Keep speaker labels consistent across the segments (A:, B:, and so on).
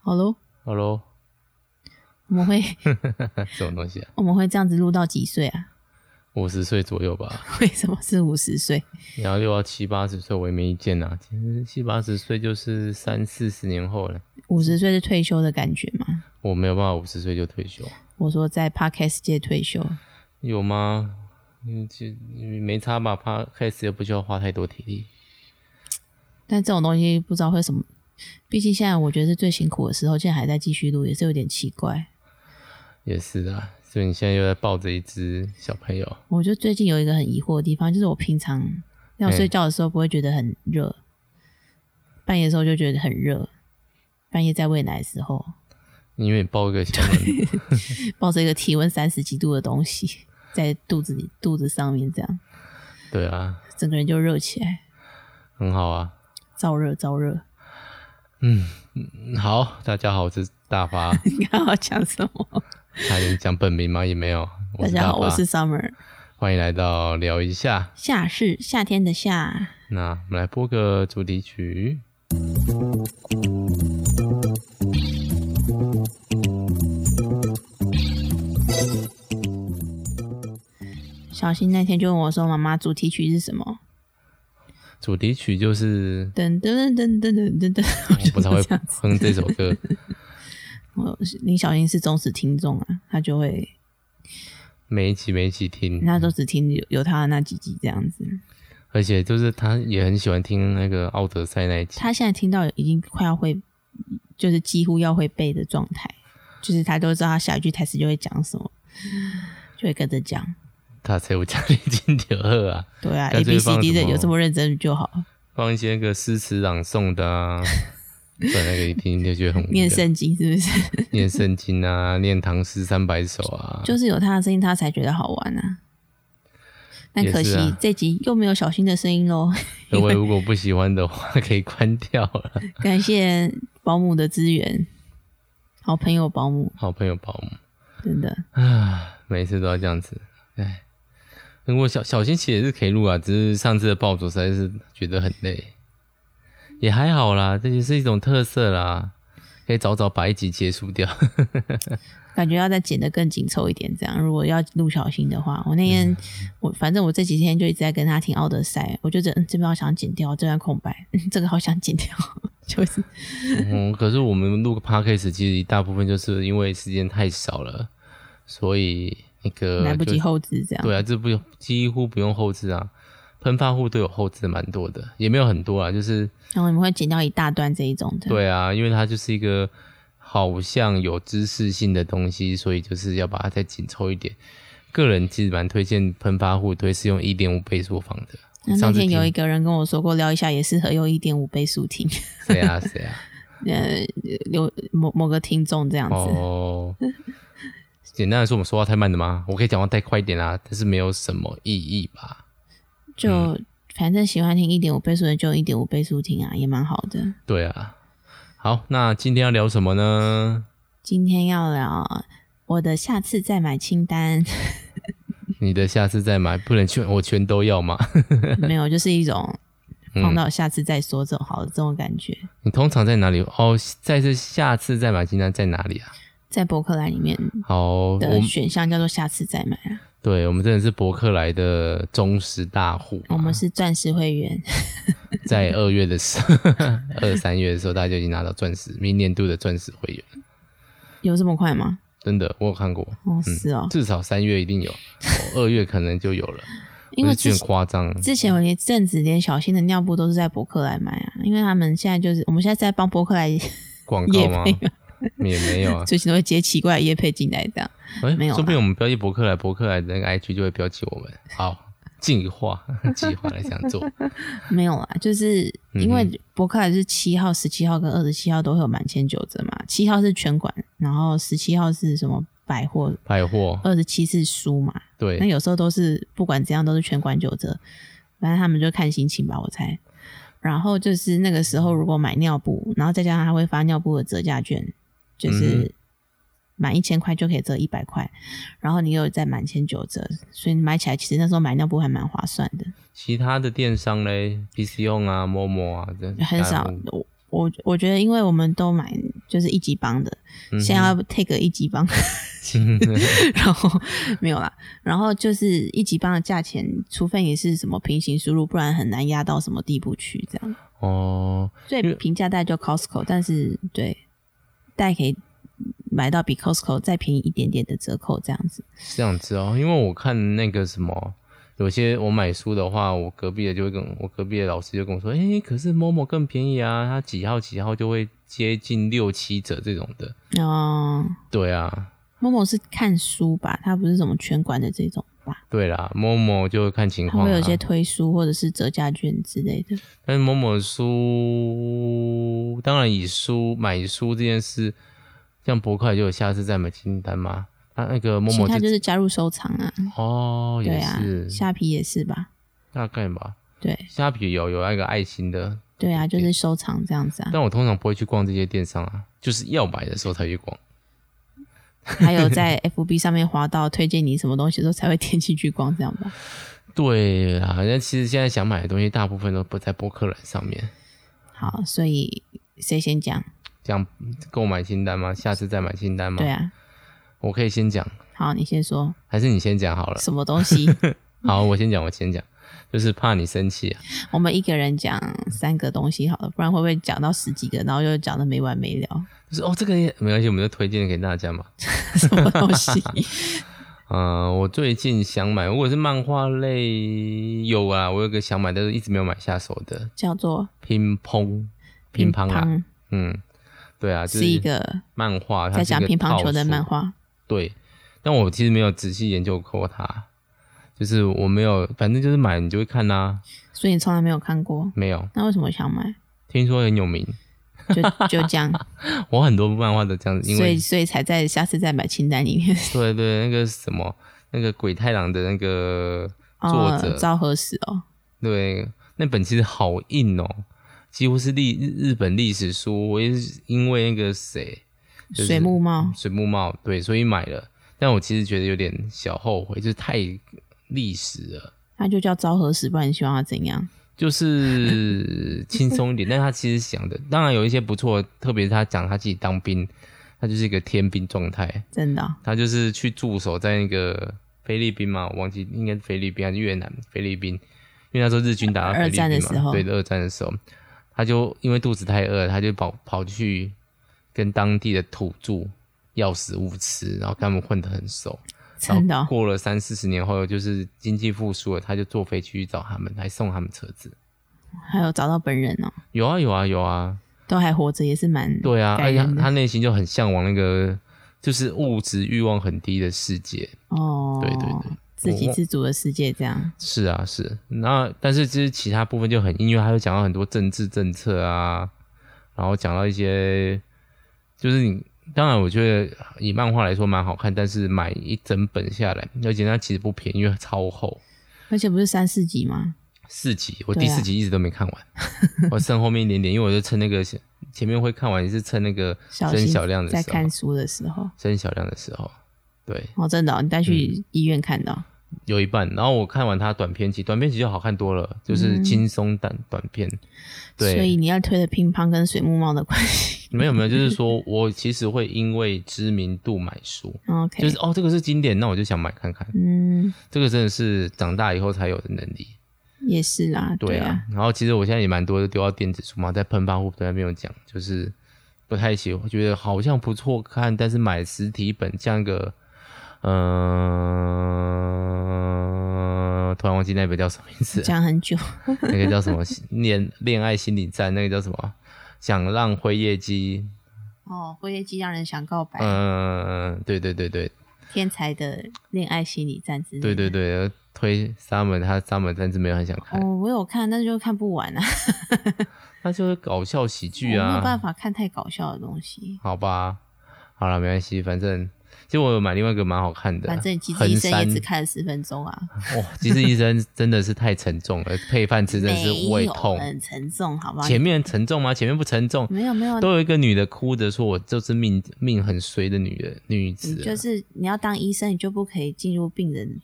A: 好喽，
B: 好喽，
A: 我们会
B: 这种东西啊，
A: 我们会这样子录到几岁啊？
B: 五十岁左右吧，
A: 为什么是五十岁？
B: 你要六到七八十岁，我也没意见呐。其实七八十岁就是三四十年后了，
A: 五十岁是退休的感觉吗？
B: 我没有办法五十岁就退休，
A: 我说在 podcast 界退休，
B: 有吗？嗯，其实没差吧，怕开始又不需要花太多体力。
A: 但这种东西不知道会什么，毕竟现在我觉得是最辛苦的时候，现在还在继续录，也是有点奇怪。
B: 也是啊，所以你现在又在抱着一只小朋友，
A: 我就最近有一个很疑惑的地方，就是我平常要睡觉的时候不会觉得很热，半夜的时候就觉得很热，半夜在喂奶的时候
B: 因为你抱一个小人，
A: 抱着一个体温三十几度的东西在肚子里肚子上面，这样
B: 对啊，
A: 整个人就热起来，
B: 很好啊。
A: 燥热燥热。
B: 嗯好，大家好，我是大发，
A: 你看我要讲什么？
B: 差点讲本名吗？也没有。
A: 大
B: 是
A: 家好，
B: 发
A: 我是 Summer。
B: 欢迎来到聊一下。
A: 夏是夏天的夏，
B: 那我们来播个主题曲。
A: 小新那天就问我说：“妈妈，主题曲是什么
B: 主题曲就是？”
A: 噔噔噔噔噔噔噔，我
B: 我哦 不
A: 就
B: 太会
A: 是这样子。
B: 哼这首歌，
A: 我林小新是忠实听众啊，他就会
B: 每一集每一集听，
A: 他都只听有有他的那几集这样子。
B: 而且就是他也很喜欢听那个《奥德赛》那一集。
A: 他现在听到已经快要会，就是几乎要会背的状态，就是他都知道他下一句台词就会讲什么，就会跟着讲。
B: 他才有家里金条二啊，
A: 对啊
B: 干
A: ，A
B: 脆
A: B C
B: 放
A: D 的
B: 什么
A: 有这么认真就好。
B: 放一些那个诗词朗诵的 啊，对那个一听就觉得很无聊
A: 念圣经是不是？
B: 念圣经啊，念唐诗三百首啊，
A: 就是有他的声音，他才觉得好玩啊。但
B: 也
A: 可惜、
B: 是啊
A: 这集又没有小新的声音喽，
B: 各位如果不喜欢的话，可以关掉了。
A: 感谢保姆的支援，好朋友保姆，
B: 好朋友保姆。
A: 真的
B: 啊，每次都要这样子，哎。如果小小新其实也是可以录啊，只是上次的爆竹实在是觉得很累，也还好啦，这也是一种特色啦，可以早早把一集结束掉。
A: 感觉要再剪得更紧凑一点。这样，如果要录小新的话，我那天、
B: 嗯
A: 我反正我这几天就一直在跟他听《奥德赛》，我就觉得、嗯、这边好想剪掉这段空白，嗯这个好想剪掉， 就是
B: 嗯，可是我们录个 podcast，其实一大部分就是因为时间太少了，所以那个
A: 来不及
B: 呃就
A: 后置这样。
B: 对啊，这不用几乎不用后置啊，喷发户都有后置蛮多的，也没有很多啊，就是
A: 然后你们会剪掉一大段这一种的。
B: 对啊，因为它就是一个好像有知识性的东西，所以就是要把它再紧凑一点。个人其实蛮推荐喷发互推是用一点五倍速放的。
A: 那那
B: 上次
A: 天
B: 听
A: 有一个人跟我说过，聊一下也适合用一点五倍速听。
B: 谁 啊谁啊？
A: 呃，有某某个听众这样子，
B: 哦，简单来说，我们说话太慢了吗？我可以讲话太快一点啊，但是没有什么意义吧？
A: 就、
B: 嗯
A: 反正喜欢听一点五倍速的就一点五倍速听啊，也蛮好的。
B: 对啊。好，那今天要聊什么呢？
A: 今天要聊我的下次再买清 单，
B: 你的下次再买，不能全我全都要吗？
A: 没有，就是一种
B: 嗯
A: 放到下次再说就好了、这种感觉。
B: 你通常在哪里？哦，再次下次再买清单在哪里啊？
A: 在博客来里面
B: 好，我
A: 的
B: 们
A: 选项叫做下次再买啊，
B: 对我们真的是博客来的忠实大户啊，
A: 我们是钻石会员，
B: 在二月的时候、二三月的时候，大家就已经拿到钻石，明年度的钻石会员，
A: 有这么快吗？
B: 真的我有看过，
A: 哦，是哦，
B: 至少三月一 定有，哦二、月可能就有了，
A: 因为
B: 我就觉
A: 之
B: 得很夸张，
A: 之前我一阵子连小新的尿布都是在博客来买啊，因为他们现在就是我们现在在帮博客来
B: 广
A: 也
B: 告吗
A: 没？有。
B: 也没 有啊，
A: 最近都会接奇怪的叶配进来，这样
B: 哎，
A: 没有啦
B: 说不定我们标记博客来，博客来的那个 IG 就会标记我们。好，计划计划来这样做，
A: 没有啦，就是因
B: 嗯
A: 为博客来是七号、十七号跟二十七号都会有满千九折嘛，七号是全馆，然后十七号是什么百货，
B: 百货
A: 二十七是书嘛，那
B: 对，
A: 呃有时候都是不管怎样都是全馆九折，反正他们就看心情吧，我猜。然后就是那个时候如果买尿布，然后再加上他会发尿布的折价券，
B: 嗯
A: 就是满一千块就可以折一百块，然后你又再满千九折，所以你买起来其实那时候买尿布还蛮划算的。
B: 其他的电商嘞，PC 用啊、陌陌啊，这
A: 很
B: 大
A: 少
B: 户。
A: 我我我觉得，因为我们都买就是一级帮的，
B: 嗯
A: 现在要 take 一级帮， 然后没有啦，然后就是一级帮的价钱，除非你是什么平行输入，不然很难压到什么地步去这样。
B: 哦，
A: 最平价大概就 Costco，但是对，大家可以买到比 Costco 再便宜一点点的折扣这样子。
B: 这样子哦，因为我看那个什么，有些我买书的话，我隔壁的就会跟我隔壁的老师就跟我说，哎、可是某某更便宜啊，它几号几号就会接近六七折这种的。
A: 哦，
B: 对啊，
A: 某某是看书吧，它不是什么全馆的这种吧，
B: 对啦，某某就看情
A: 它
B: 况
A: 会
B: 啦、
A: 有一些推书或者是折价券之类的。
B: 但是某某书，当然以书买书这件事，像博客就有下次再买清单嘛。那那个某
A: 其
B: 某
A: 他
B: 就
A: 就是加入收藏啊，
B: 哦，
A: 对
B: 也
A: 啊，
B: 是、
A: 虾皮也是吧？
B: 大概吧。
A: 对
B: 虾皮有有那个爱心的，
A: 对啊，就是收藏这样子啊。
B: 但我通常不会去逛这些电商啊，就是要买的时候才去逛。
A: 还有在 FB 上面滑到推荐你什么东西的时候才会点进去逛，这样吧？
B: 对啊，那其实现在想买的东西大部分都不在博客栏上面。
A: 好，所以谁先讲？
B: 这样购买清单吗？下次再买清单吗？
A: 对，啊，
B: 我可以先讲，
A: 好，你先说
B: 还是你先讲好了？
A: 什么东西？
B: 好，我先讲，我先讲，就是怕你生气啊。
A: 我们一个人讲三个东西好了，不然会不会讲到十几个，然后又讲的没完没了？
B: 就是哦，这个也没关系，我们就推荐给大家嘛。
A: 什么东西？
B: 嗯、我最近想买，如果是漫画类，有啊，我有个想买，但是一直没有买下手的
A: 叫做
B: 乒乓，乒乓啊，嗯，对啊，就是
A: 一个
B: 漫画，它
A: 在
B: 是一
A: 讲
B: 个
A: 乒乓球
B: 套
A: 的
B: 数
A: 漫，画。
B: 对，但我其实没有仔细研究过它，就是我没有，反正就是买你就会看啦、
A: 所以你从来没有看过，
B: 没有，
A: 那为什么想买？
B: 听说很有名，
A: 就就这样，
B: 我很多漫画都这样子，因
A: 所
B: 为
A: 以所以才在下次再买清单里面。
B: 对对，那个什么，那个鬼太郎的那个 作 者
A: 哦，昭和史哦，
B: 对，那本其实好硬哦，几乎是历日日本历史书。我也是因为那个谁，就是
A: 水木茂
B: 水木茂，对，所以买了。但我其实觉得有点小后悔，就是太历史了，
A: 那就叫昭和史，不然你希望它怎样？
B: 就是轻 松一点。但他其实想的，当然有一些不错，特别是他讲他自己当兵，他就是一个天兵状态，
A: 真的哦、
B: 他就是去驻守在那个菲律宾嘛，我忘记应该是菲律宾还是越南，菲律宾，因为那时候日军打到菲律宾嘛
A: 二战的时候
B: 对，二战的时候，他就因为肚子太饿，他就跑跑去跟当地的土著要食物吃，然后跟他们混得很熟。
A: 真的
B: 然后
A: 哦、
B: 过了三四十年后，就是经济复苏了，他就坐飞机去找他们，还送他们车子。
A: 还有找到本人哦、
B: 有啊有啊有啊，
A: 都还活着，也是蛮
B: 对啊，
A: 感
B: 而且他
A: 人的
B: 他内心就很向往那个就是物质欲望很低的世界。
A: 哦，
B: 对对对，
A: 自给自足的世界这样，
B: 是啊，是那但是其实其他部分就很硬，因为他会讲到很多政治政策啊，然后讲到一些，就是你当然我觉得以漫画来说蛮好看，但是买一整本下来，而且它其实不便宜，因为超厚，
A: 而且不是三四集吗？
B: 四集，我
A: 对
B: 第
A: 啊
B: 四集一直都没看完， 我剩后面一点点，因为我就趁那个前面会看完，也是趁那个
A: 小
B: 生
A: 心
B: 小亮的
A: 在
B: 时候
A: 看，书的时候，
B: 生小亮的时候，对，
A: 哦，真的哦、你带
B: 嗯
A: 去医院看哦到、
B: 有一半，然后我看完它短片集，短片集就好看多了，就是轻松短短片，对，
A: 嗯所以你要推的乒乓跟水木茂的关系
B: 没有没有，就是说我其实会因为知名度买书，
A: ，OK，
B: 就是哦，这个是经典，那我就想买看看。
A: 嗯，
B: 这个真的是长大以后才有的能力，
A: 也是啦，
B: 对啊。
A: 啊，
B: 然后其实我现在也蛮多都丢到电子书嘛，在喷发户那边有讲，就是不太喜欢，觉得好像不错看，但是买实体本像一个，呃，突然忘记那本叫什么名字了，
A: 啊讲很久，
B: 那个叫什么恋恋爱心理战，那个叫什么？想让辉夜姬，
A: 哦，灰夜姬让人想告白，哎
B: 嗯、对对对对，
A: 天才的恋爱心理战之类的
B: 对对。对，推 Summer，他 Summer 但是没有很想看，
A: 哦，我有看，但是就看不完啊，
B: 那就是搞笑喜 剧
A: 我没有办
B: 啊，
A: 法看太搞笑的东西。
B: 好吧，好了，没关系，反正其实我有买另外一个蛮好看的，
A: 反正《机智
B: 啊横
A: 医生》
B: 山
A: 也只看了十分钟啊，
B: 哇，其实医生真的是太沉重了， 配饭吃真的
A: 没
B: 是
A: 有
B: 胃痛，
A: 很沉重，好不好？
B: 前面沉重吗？前面不沉重，
A: 没有没有，
B: 都有一个女的哭着说：“我就是命命很衰的女人女
A: 你
B: 子。”啊
A: 就是你要当医生，你就不可以进入病人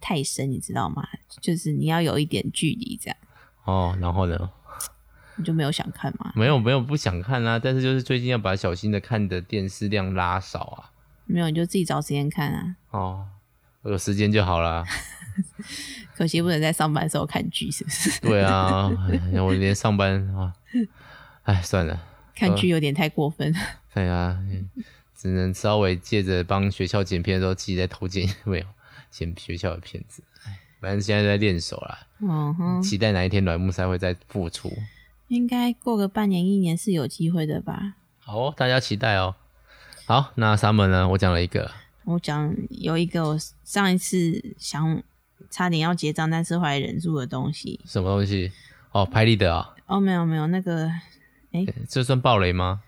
A: 太深，你知道吗？就是你要有一点距离，这样
B: 哦，然后呢？
A: 你就没有想看吗？
B: 没有没有不想看啦、但是就是最近要把小新的看的电视量拉少啊。
A: 没有，你就自己找时间看啊。
B: 哦，我有时间就好啦。
A: 可惜不能在上班的时候看剧，是不是？
B: 对啊，哎我连上班啊，哎，算了，
A: 看剧有点太过分。
B: 对啊，只能稍微借着帮学校剪片的时候，自己再偷剪，没有剪学校的片子。哎反正现在在练手啦，
A: 嗯哼，
B: 期待哪一天软木塞会再复出。
A: 应该过个半年一年是有机会的吧？
B: 好、哦，大家期待哦。好，那 Summer 呢？我讲了一个，
A: 我讲有一个我上一次想差点要结账，但是后来忍住的东西。
B: 什么东西？哦，拍立得啊、
A: 哦，没有没有，那个
B: 这算暴雷吗？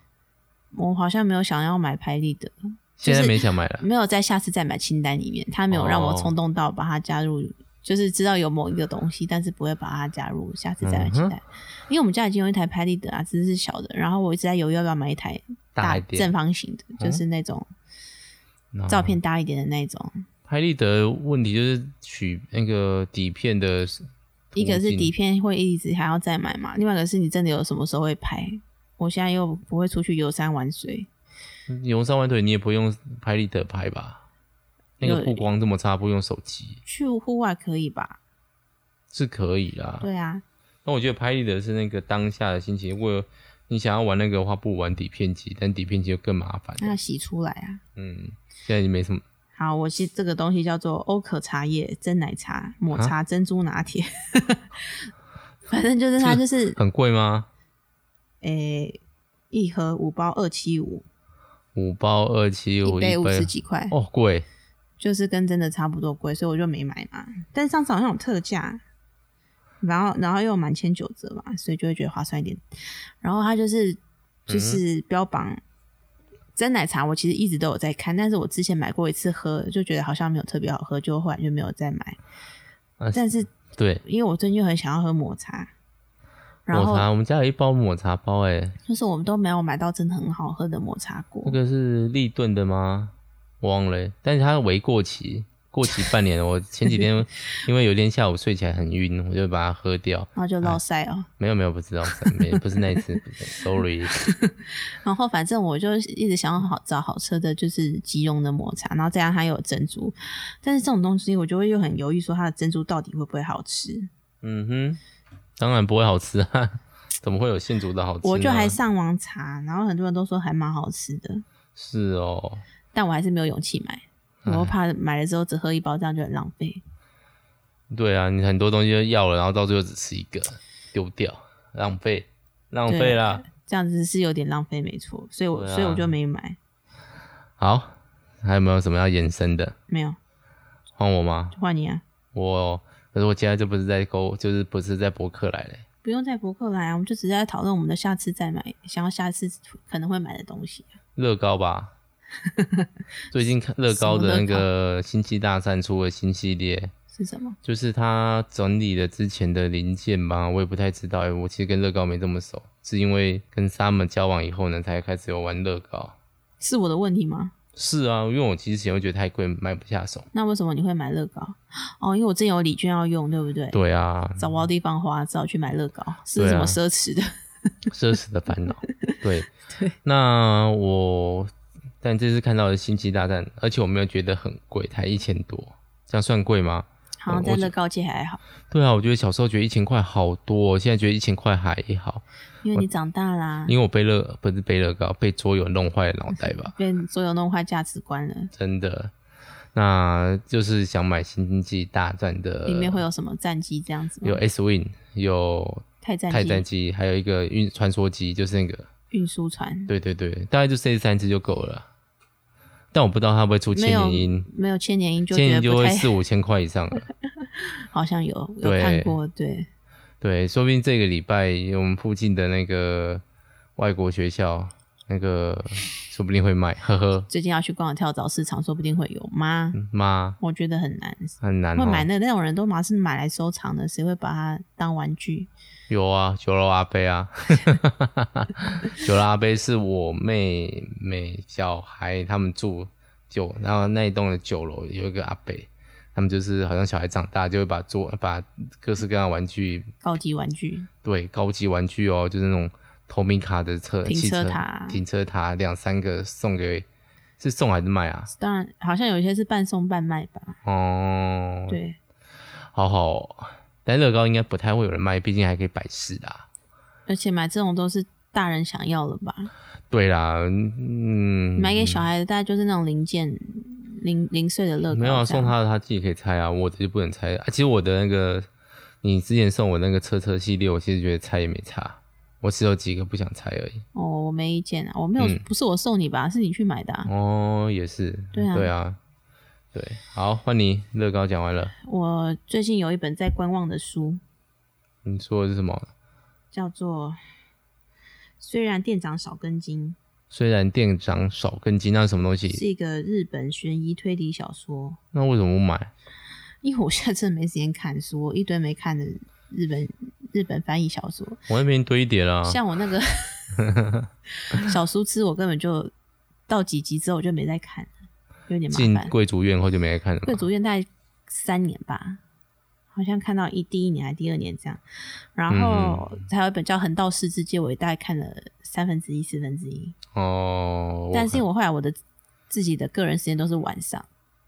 A: 我好像没有想要买拍立得，
B: 现在
A: 就是
B: 没想买了。
A: 没有在下次再买清单里面，他没有让我
B: 哦
A: 冲动到把它加入，就是知道有某一个东西，但是不会把它加入下次
B: 嗯
A: 再买清单。因为我们家已经有一台拍立得啊，只是小的，然后我一直在犹豫要不要买一台
B: 大
A: 大
B: 一点嗯
A: 正方形的，就是那种嗯照片大一点的那种。
B: 哦拍立得问题就是取那个底片的途径，
A: 一个是底片会一直还要再买嘛，另外一个是你真的有什么时候会拍。我现在又不会出去游山玩水，
B: 你用三万腿，你也不用拍立得拍吧？那个
A: 有
B: 曝光这么差，不用手机
A: 去户外可以吧？
B: 是可以啦。
A: 对啊，
B: 那我觉得拍立得是那个当下的心情。如果你想要玩那个的话，不玩底片机，但底片机就更麻烦。
A: 那要洗出来啊。
B: 嗯，现在已经没什么。
A: 好，我是这个东西叫做欧可茶叶真奶茶抹茶珍珠拿铁， 反正就是它就是
B: 很贵吗？
A: 诶、一盒五包二七五，
B: 五包二七五
A: 一杯啊
B: 一
A: 五
B: 杯
A: 十，几块，
B: 哦，贵。
A: 就是跟真的差不多贵，所以我就没买嘛。但上次好像有特价，然后然后又有满千九折嘛，所以就会觉得划算一点。然后它就是
B: 嗯
A: 就是标榜。真奶茶我其实一直都有在看，但是我之前买过一次喝，就觉得好像没有特别好喝，就后来就没有再买
B: 啊。
A: 但是
B: 对，
A: 因为我最近很想要喝抹茶，然
B: 抹茶，
A: 后
B: 我们家有一包抹茶包、欸，哎，
A: 就是我们都没有买到真的很好喝的抹茶果
B: 那，个是立顿的吗？我忘了欸，但是它未过期，过期 半年了。我前几天因为有一天下午睡起来很晕，我就把它喝掉。
A: 然后就落塞哦。
B: 没有没有，不知道，没不是那一次不是，sorry。
A: 然后反正我就一直想要好找好吃的，就是吉隆的抹茶，然后再让它有珍珠。但是这种东西我就会又很犹豫，说它的珍珠到底会不会好吃？
B: 嗯哼，当然不会好吃 啊，怎么会有现煮的好吃呢？
A: 我就还上网查，然后很多人都说还蛮好吃的，
B: 是哦，
A: 但我还是没有勇气买，我又怕买了之后只喝一包，这样就很浪费。
B: 对啊，你很多东西就要了，然后到最后只吃一个，丢掉，浪费，浪费啦。
A: 这样子是有点浪费，没错。所以我、
B: 对啊
A: 所以我就没买，
B: 好，还有没有什么要延伸的？
A: 没有。
B: 换我吗？
A: 换你啊，
B: 我可是我现在就不是在勾，就是不是在博客来嘞。
A: 不用带博客来啊，我们就只是在讨论我们的下次再买，想要下次可能会买的东西啊。
B: 乐高吧。 最近看乐高的那个星际大战出了新系列，
A: 是什么？
B: 就是他整理了之前的零件吧，我也不太知道、欸。我其实跟乐高没这么熟，是因为跟 Summer 交往以后呢，才开始有玩乐高。
A: 是我的问题吗？
B: 是啊，因为我其实以前会觉得太贵，买不下手。
A: 那为什么你会买乐高？哦，因为我之前有礼券要用，对不对？
B: 对啊，
A: 找不到地方花，只好去买乐高，是
B: 对啊
A: 什么奢侈的？
B: 奢侈的 烦恼。对，
A: 对
B: 那我但这次看到的星际大战，而且我没有觉得很贵，才一千多，这样算贵吗？
A: 好像在乐高界还好，
B: 对啊，我觉得小时候觉得一千块好多、哦，现在觉得一千块还好，
A: 因为你长大啦，，
B: 因为我被乐不是被乐高，被桌游弄坏脑袋吧
A: 被所有弄坏价值观了。
B: 真的。那就是想买《星际大战》的，
A: 里面会有什么战机这样子吗？
B: 有 S Win，有
A: 泰战
B: 泰战
A: 机、
B: 机，还有一个运穿梭机，就是那个，
A: 运输船，
B: 对对对，大概就这三只就够了啦。但我不知道它会不会出
A: 没
B: 千
A: 有
B: 年音，
A: 没有千年鹰就
B: 千
A: 觉
B: 年
A: 得
B: 就
A: 不
B: 会
A: 太
B: 四五千块以上了。
A: 好像有有
B: 对
A: 看过，对，
B: 对，说不定这个礼拜我们附近的那个外国学校，那个说不定会卖，呵呵。
A: 最近要去逛跳蚤市场，说不定会有吗？
B: 妈，
A: 我觉得很难，
B: 嗯很难
A: 会
B: 哦。
A: 买那那种人都嘛是买来收藏的，谁会把它当玩具？
B: 有啊，九楼阿贝啊， 九楼阿贝是我妹妹小孩他们住九，然后那一栋的九楼有一个阿贝，他们就是好像小孩长大就会把做把各式各样的玩具，
A: 高级玩具，
B: 对高级玩具哦，就是那种透明卡的车
A: 停
B: 汽
A: 车
B: 车
A: 塔
B: 停车塔两三个送给是送还是卖啊？
A: 当然好像有一些是半送半卖吧。
B: 哦，
A: 对，
B: 好好哦，但乐高应该不太会有人卖，毕竟还可以摆饰啦。
A: 而且买这种都是大人想要的吧？
B: 对啦，嗯，
A: 买给小孩的大概就是那种零件、零零碎的乐高这样。
B: 没有啊送他的他自己可以拆啊，我的就不能拆啊。其实我的那个，你之前送我那个车车系列，我其实觉得拆也没差，我只有几个不想拆而已。
A: 哦，我没意见啊，我没有，
B: 嗯
A: 不是我送你吧？是你去买的、啊。
B: 哦，也是，
A: 对啊
B: 对啊，对，好，换你，乐高讲完了，
A: 我最近有一本在观望的书，
B: 你说的是什么？
A: 叫做《虽然店长少根筋
B: 虽然店长少根筋，那是什么东》，
A: 是
B: 西？
A: 一个日本悬疑推理小说。
B: 那为什么不买？
A: 因为我现在真的没时间看书，我一堆没看的日本日本翻译小说，
B: 我那边堆叠啊啦。
A: 像我那个 小书痴，我根本就到几集之后我就没再看了，有点
B: 进
A: 麻烦。
B: 贵族院后就没来看了
A: 贵
B: 嘛。
A: 族院大概三年吧，好像看到一第一年还第二年这样，然
B: 嗯
A: 后还有一本叫《横道世之介》，我也大概看了三分之一、四分之一，
B: 哦，我
A: 但是
B: 看
A: 我后来我的自己的个人时间都是晚上，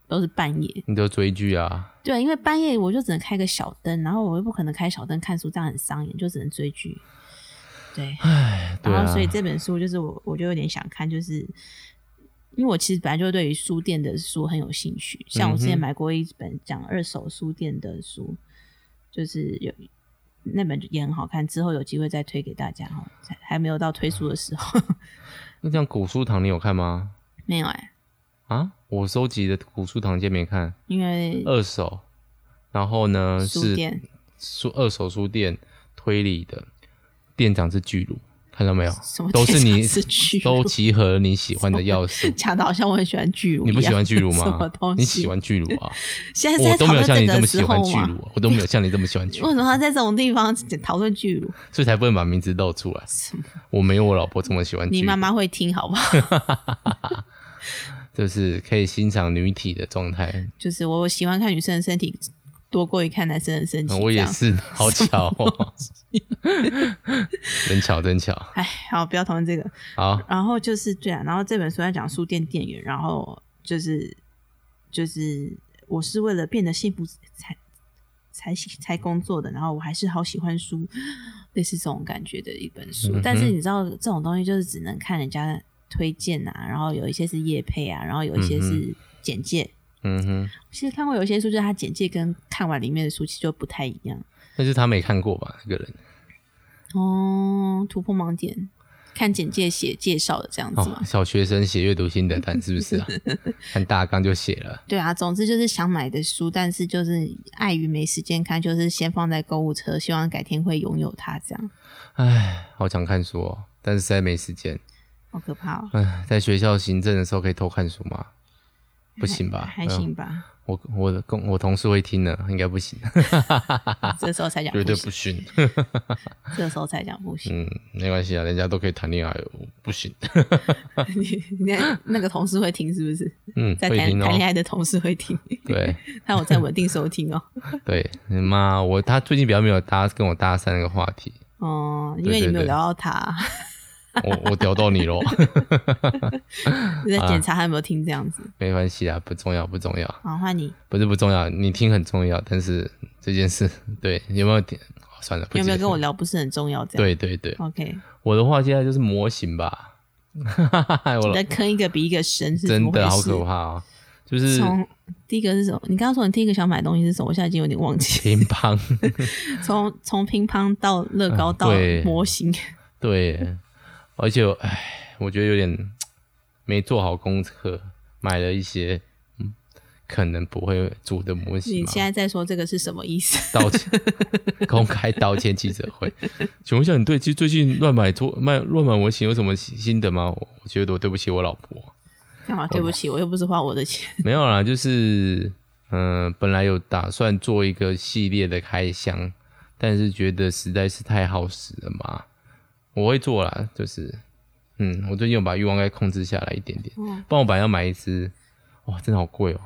A: 都是半夜，
B: 你都追剧啊？
A: 对，因为半夜我就只能开个小灯，然后我又不可能开小灯看书，这样很伤眼，就只能追剧。对，
B: 对
A: 然
B: 啊
A: 后，所以这本书就是我，我就有点想看，就是因为我其实本来就对于书店的书很有兴趣，像我之
B: 嗯
A: 前
B: 哼
A: 买过一本讲二手书店的书，就是有那本也很好看，之后有机会再推给大家哈，才还没有到推书的时候，
B: 那像古书堂你有看吗？
A: 没有哎、
B: 啊，我收集的古书堂街没看，
A: 因为
B: 二手，然后呢
A: 书
B: 呃是
A: 店
B: 书二手书店推理的，店长是巨乳，看到没有
A: 什么？
B: 都
A: 店
B: 是你
A: 长是巨乳
B: 都集合了你喜欢的钥匙。
A: 讲的好像我很喜欢巨乳一样，
B: 你不喜欢巨乳
A: 什么
B: 吗
A: 东？西？
B: 你喜？欢巨乳啊？
A: 现在是
B: 我
A: 在
B: 都
A: 讨
B: 没有
A: 论
B: 像你
A: 这
B: 这
A: 个
B: 么
A: 时
B: 喜
A: 候
B: 欢巨
A: 吗？
B: 乳啊，我都没有像你这么喜欢巨乳
A: 为，什么要在这种地方讨论巨乳？
B: 所以才不会把名字露出来。
A: 什么？
B: 我没有我老婆这么喜欢巨
A: 你
B: 乳
A: 妈，妈会听好不好？
B: 就是可以欣赏女体的状态。
A: 就是我喜欢看女生的身体多过于看男生的身体。
B: 嗯我
A: 这
B: 也
A: 样。
B: 是，好巧哦， 真巧真巧。
A: 哎，好，不要讨论这个。
B: 好，
A: 然后就是对啊，然后这本书在讲书店店员，然后就是就是我是为了变得幸福才才才工作的，然后我还是好喜欢书，类似这种感觉的一本书。但是你知道这种东西就是只能看人家推荐啊，然后有一些是业配啊，然后有一些是简介。
B: 嗯哼，
A: 其实看过有一些书，就是它简介跟看完里面的书其实就不太一样
B: 但是他没看过吧？那个人
A: 哦，突破盲点。看简介写介绍的这样子嘛
B: 哦，，小学生写阅读心得单是 不是啊？看大纲就写了。
A: 对啊，总之就是想买的书，但是就是碍于没时间看，就是先放在购物车，希望改天会拥有它，这样
B: 唉，好想看书哦，但是实在没时间。
A: 好可怕哦。
B: 唉，在学校行政的时候可以偷看书吗？不行吧？
A: 还还行吧，
B: 嗯我我的公我同事会听的，应该不行，
A: 这时候才讲
B: 啊绝对
A: 不
B: 不
A: 行，
B: 行。
A: 这时候才讲不行。
B: 嗯，没关系啊，人家都可以谈恋爱，我不行。
A: 你 你那那个同事会听是不是？
B: 嗯，
A: 在
B: 会
A: 谈
B: 听哦
A: 谈。恋爱的同事会听，
B: 对，
A: 但我在稳定收听哦。
B: 对，嗯妈，我他最近比较没有搭跟我搭讪那个话题，
A: 哦，因
B: 对
A: 为你
B: 对
A: 没有
B: 对啊
A: 聊到他，
B: 我我屌到你咯，
A: 就在检查他有没有听这样子。
B: 没关系啊，不重要不重要，
A: 好，换你
B: 不是不重要，你听很重要，但是这件事 对有没有听？哦算了，不
A: 有没有
B: 解
A: 跟
B: 释
A: 我？聊不是很重要，这样
B: 对对对，
A: OK。
B: 我的话现在就是模型吧， 我
A: 你
B: 老
A: 的坑一个比一个深，是怎
B: 真
A: 么回
B: 的好
A: 事
B: 可怕哦，就是
A: 从第一个是什么？你刚刚说你第一个想买的东西是什么？我现在已经有点忘记。
B: 乒乓，
A: 从从乒乓到乐高到
B: 嗯对
A: 模型，
B: 对，而且我唉，我觉得有点没做好功课，买了一些嗯可能不会组的模型
A: 你
B: 嘛。
A: 现在在说这个是什么意 思？
B: 道歉，公开道歉记者会。 请问一下，你对最最近乱买做卖乱买模型有什么心得吗？我我觉得我对不起我老婆。
A: 干嘛？对不起，我又不是花我的钱。
B: 没有啦，就是嗯、呃本来有打算做一个系列的开箱，但是觉得实在是太耗时了嘛。我会做啦，就是嗯，我最近有把欲望该控制下来一点点。
A: 嗯
B: 不然我本来要买一只，哇，真的好贵哦、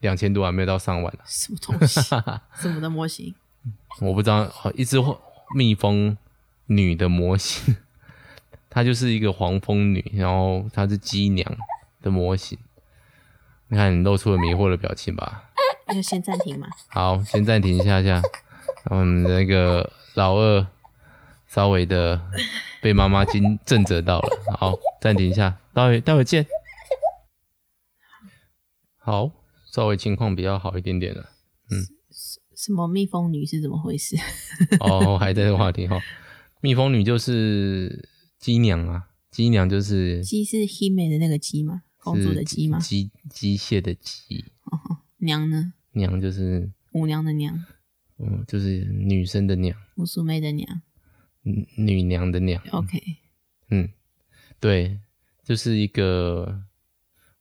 B: 两千多还没有到上万、啊，
A: 什么东 西？什么的模型？
B: 我不知道，好一只蜜蜂女的模型， 它就是一个黄蜂女，然后它是鸡娘的模型。你看你露出了迷惑的表情吧？
A: 那就先暂停嘛。
B: 好，先暂停一下下，然后我们的那个老二稍微的被妈妈惊震慑到了。好，暂停一下，待会待会见。好，稍微情况比较好一点点了。
A: 什么蜜蜂女是怎么回 事？
B: 哦，还在这个话题哈、蜜蜂女就是鸡娘啊，鸡娘就是
A: 鸡是 Hime 的那个鸡吗？公主的鸡吗？
B: 机机械的机，
A: 娘呢？
B: 娘就是
A: 舞娘的娘，
B: 嗯，就是女生的娘，
A: 乌苏妹的娘。
B: 嗯女娘的娘，
A: OK，
B: 嗯，对，就是一个，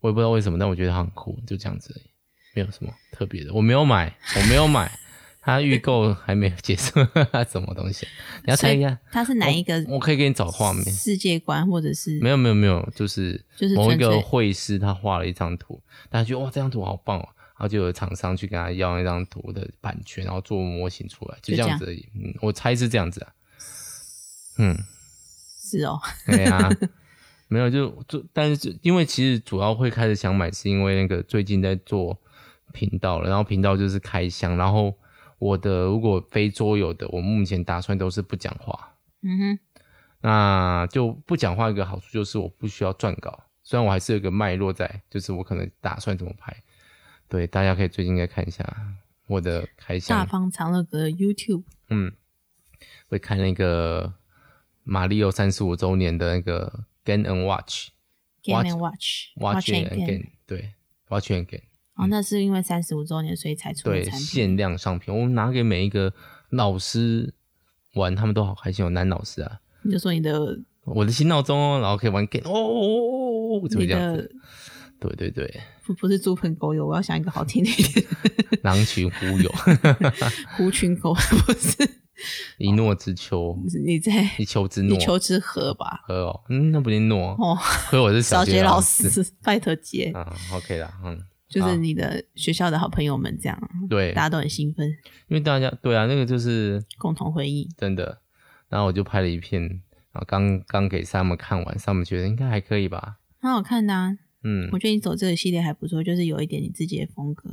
B: 我也不知道为什么，但我觉得它很酷，就这样子而已，没有什么特别的。我没有买，我没有买，它预购还没有结束， 什么东西？你要猜一下，
A: 它是哪一个
B: 我可以给你找画面。
A: 世界观，或者是
B: 没有没有没有，就是
A: 就是
B: 某一
A: 纯
B: 个
A: 粹
B: 绘师他画了一张图，大家觉得哇这张图好棒哦，然后就有厂商去跟他要那张图的版权，然后做模型出来，就
A: 就
B: 这
A: 这
B: 样
A: 样
B: 子而已。嗯，我猜是这样子啊。嗯，
A: 是哦？
B: 对啊， 没有就就，但是就因为其实主要会开始想买，是因为那个最近在做频道了，然后频道就是开箱，然后我的如果非桌游的，我目前打算都是不讲话。
A: 嗯哼，
B: 那就不讲话一个好处就是我不需要撰稿，虽然我还是有个脉络在，就是我可能打算怎么拍。对，大家可以最近应该看一下我的开
A: 大
B: 箱，
A: 方长乐阁 YouTube
B: 嗯，会看那个马里奥三十五周年的那个 Game and Watch
A: Game and Watch
B: Watch
A: and
B: and
A: Game
B: Again，对，Watch and Again，
A: 哦，那是因为三十五周年所以才出的
B: 对，
A: 产品。
B: 限量商品，我们拿给每一个老师玩，他们都好开心哦，男老师啊，
A: 你就说你的
B: 我的新闹钟哦，然后可以玩 Game，哦哦哦哦哦，怎么
A: 你
B: 这样子
A: 的？
B: 对对对，
A: 不不是猪朋狗友，我要想一个好听的一点，
B: 狼群忽悠，
A: 狐群狗 不是？
B: 一诺之秋，
A: 你在
B: 一丘之诺
A: 你，求哦之河吧？
B: 和哦，嗯，那不是诺，
A: 哦，
B: 和我是
A: 小
B: 学
A: 杰老
B: 师
A: 师，拜托杰，
B: 啊，OK 啦，嗯，
A: 就是你的学校的好朋友们，这样
B: 对
A: 嗯大，家都很兴奋，
B: 因为大家对啊，那个就是
A: 共同回忆。
B: 真的，然后我就拍了一片，然后刚刚给 Sam 看完，Sam 觉得应该还可以吧，
A: 很好看的、啊，
B: 嗯
A: 我，觉得你走这个系列还不错，就是有一点你自己的风格。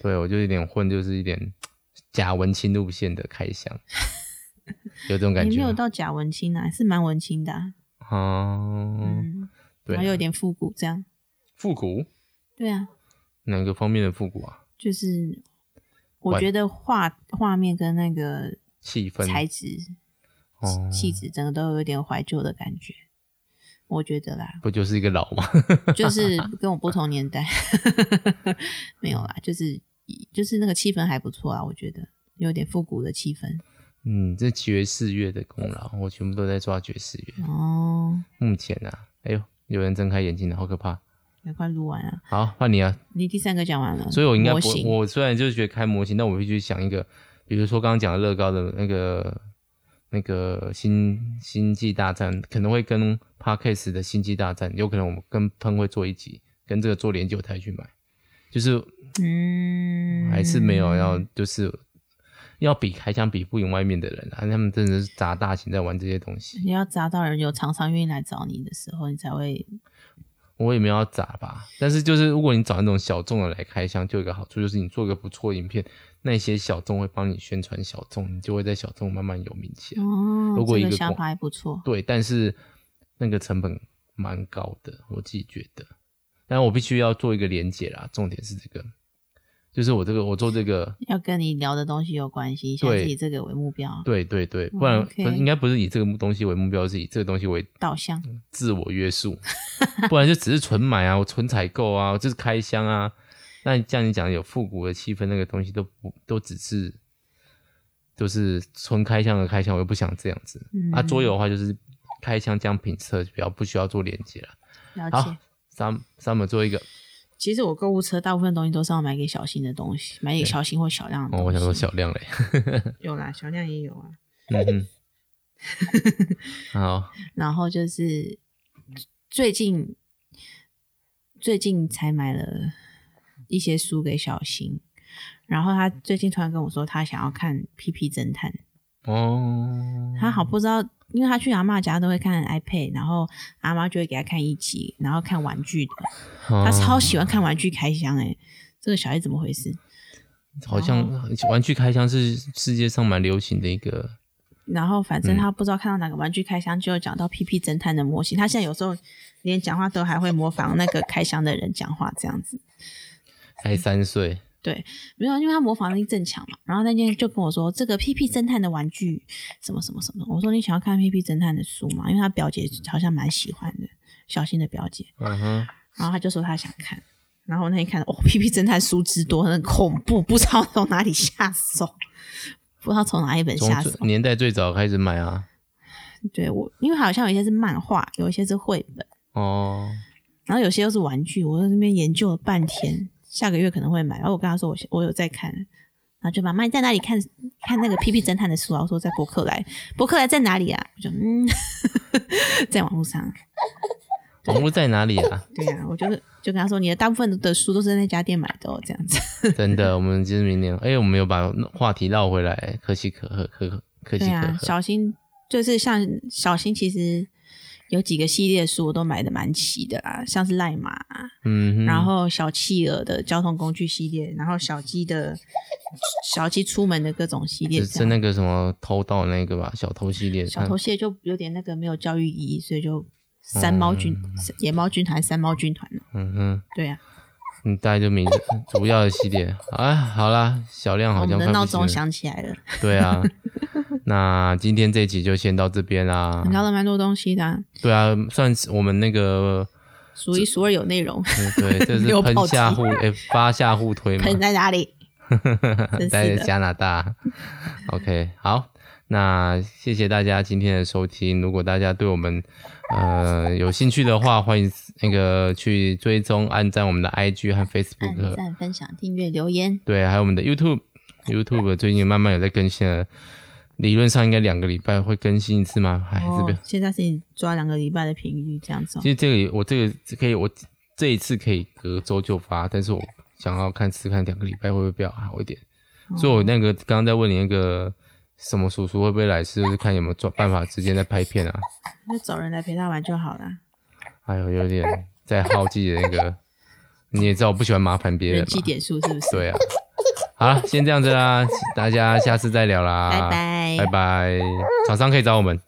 B: 对我就有点混，就是一点假文青路线的开箱，有这种感
A: 也
B: 觉
A: 没有
B: 吗，
A: 到假文青啊，是蛮文青的啊、
B: 哦，
A: 嗯，
B: 对
A: 然后有
B: 啊，
A: 点复古这样。
B: 复古
A: 对啊，
B: 哪个方面的复古啊？
A: 就是我
B: 玩
A: 觉得画画面跟那个
B: 气氛
A: 材质、
B: 哦，
A: 气质，整个都有点怀旧的感觉。我觉得啦
B: 不就是一个老吗？
A: 就是跟我不同年代， 没有啦，就是就是那个气氛还不错啊，我觉得有点复古的气氛
B: 嗯，这爵士乐的功劳，我全部都在抓爵士乐。
A: 哦。
B: 目前啊，哎呦，有人睁开眼睛了，好可怕。
A: 赶快录完啊！
B: 好，换你啊。
A: 你第三个讲完了，
B: 所以我应该
A: 模
B: 不
A: 型，
B: 我虽然就是觉得开模型，但我会去想一个，比如说刚刚讲的乐高的那个那个星星际大战，可能会跟 Parkes 的星际大战，有可能我们跟喷会做一集，跟这个做连接，我才去买。就是
A: 嗯，
B: 还是没有要，就是要比开箱比不赢外面的人啊，他们真的是砸大型在玩这些东西。
A: 你要砸到人有厂商愿意来找你的时候，你才会
B: 我也没有要砸吧，但是就是如果你找那种小众的来开箱，就有一个好处，就是你做个不错的影片，那些小众会帮你宣传小众，你就会在小众慢慢有名气来。
A: 哦。
B: 如果一
A: 这
B: 个
A: 个想
B: 广
A: 法还不错，
B: 对，但是那个成本蛮高的，我自己觉得。但我必须要做一个连结啦，重点是这个，就是我这个我做这个，
A: 要跟你聊的东西有关系，想
B: 对
A: 自己这个为目标
B: 对对对，不然、
A: OK
B: 不是应该不是以这个东西为目标，是以这个东西为
A: 导向。
B: 自我约束，不然就只是纯买啊，我纯采购啊，我就是开箱啊。那像你讲有复古的气氛，那个东西都不都只是，就是纯开箱的开箱，我又不想这样子。
A: 嗯
B: 啊，桌游的话就是开箱这样评测，比较不需要做连接了。
A: 了
B: 好
A: 解。
B: 三三本做一个，
A: 其实我购物车大部分东西都是要买给小新的东西，买给小新或小亮的东
B: 哦，
A: 西。
B: 我想说小亮嘞，
A: 有啦，小亮也有啊。
B: 嗯哼，好，
A: 然后就是最近最近才买了一些书给小新，然后他最近突然跟我说他想要看《屁屁侦探》，
B: 哦，
A: 他好不知道，因为他去阿嬷家都会看 iPad，然后阿妈就会给他看一集，然后看玩具的，
B: 哦
A: 他超喜欢看玩具开箱哎、这个小孩怎么回事？
B: 好像
A: 哦
B: 玩具开箱是世界上蛮流行的一个，
A: 然后反正他不知道看到哪个玩具开箱，就有讲到屁屁侦探的模型。他现在有时候连讲话都还会模仿那个开箱的人讲话这样子。
B: 才三岁，
A: 没有，因为他模仿力正强嘛。然后那天就跟我说，这个屁屁侦探的玩具什么什么什么。我说你想要看屁屁侦探的书嘛？因为他表姐好像蛮喜欢的，小新的表姐。
B: 嗯哼，
A: 然后他就说他想看。然后我那天看，哦，屁屁侦探书之多，很恐怖，不知道从哪里下手，不知道从哪一本
B: 从
A: 下手。
B: 年代最早开始买啊，
A: 对我，因为好像有一些是漫画，有一些是绘本。
B: 哦，
A: 然后有些又是玩具，我在那边研究了半天，下个月可能会买。然后我跟他说我我有在看，然后就妈妈你在哪里看看那个《屁屁侦探》的书啊？我说在博客来，博客来在哪里啊？我就嗯， 在网络上。
B: 网络在哪里 啊？
A: 对啊，我就是就跟他说，你的大部分的书都是在那家店买的哦，这样子。
B: 真的，我们就是明年，哎、我们有把话题绕回来，可喜可贺，可可可喜
A: 对
B: 可贺。
A: 啊，小新就是像小新，其实有几个系列书我都买的蛮齐的啦，像是赖马啊、
B: 嗯哼，
A: 然后小企鹅的交通工具系列，然后小鸡的小鸡出门的各种系列
B: 是
A: 这
B: 是
A: 样，
B: 那个什么偷盗那个吧，小偷系列，
A: 小头系列就有点那个没有教育意义，所以就三猫军、野猫军团、三猫军团了
B: 嗯哼，
A: 对啊，
B: 嗯，大概就明主要的系列。 啊，好啦，小亮
A: 我
B: 哦好
A: 们
B: 像
A: 的
B: 快不
A: 闹
B: 行
A: 钟
B: 了，
A: 响起来了，
B: 对啊。 那今天这集就先到这边啦。
A: 聊了蛮多东西的、啊，
B: 对啊，算是我们那个，
A: 数一数二有内容，
B: 嗯对，这
A: 没有
B: 是喷
A: 跑题
B: 下互，哎、发下互推嘛，
A: 喷在哪里？ 真是
B: 在
A: 的
B: 加拿 大。OK，好，那谢谢大家今天的收听。如果大家对我们呃有兴趣的话，欢迎那个去追踪、按赞我们的 IG 和
A: 按
B: Facebook，
A: 赞、分享、订阅、留言，
B: 对，还有我们的 YouTube。YouTube 最近慢慢有在更新了，理论上应该两个礼拜会更新一次吗？哎，这
A: 哦
B: 边，
A: 现在是你抓两个礼拜的频率这样子、哦
B: 其，实这个我这个可以，我这一次可以隔周就发，但是我想要看试看两个礼拜会不会比较好一点。所以我那个刚刚在问你那个什么叔叔会不会来，是就是看有没有抓办法直接在拍片啊？
A: 就找人来陪他玩就好了，
B: 哎呦，有点在耗尽的那个，你也知道我不喜欢麻烦别人
A: 人气
B: 嘛。
A: 点数是不是？
B: 对啊，好了，先这样子啦，大家下次再聊啦，
A: 拜拜
B: 拜拜，厂商可以找我们。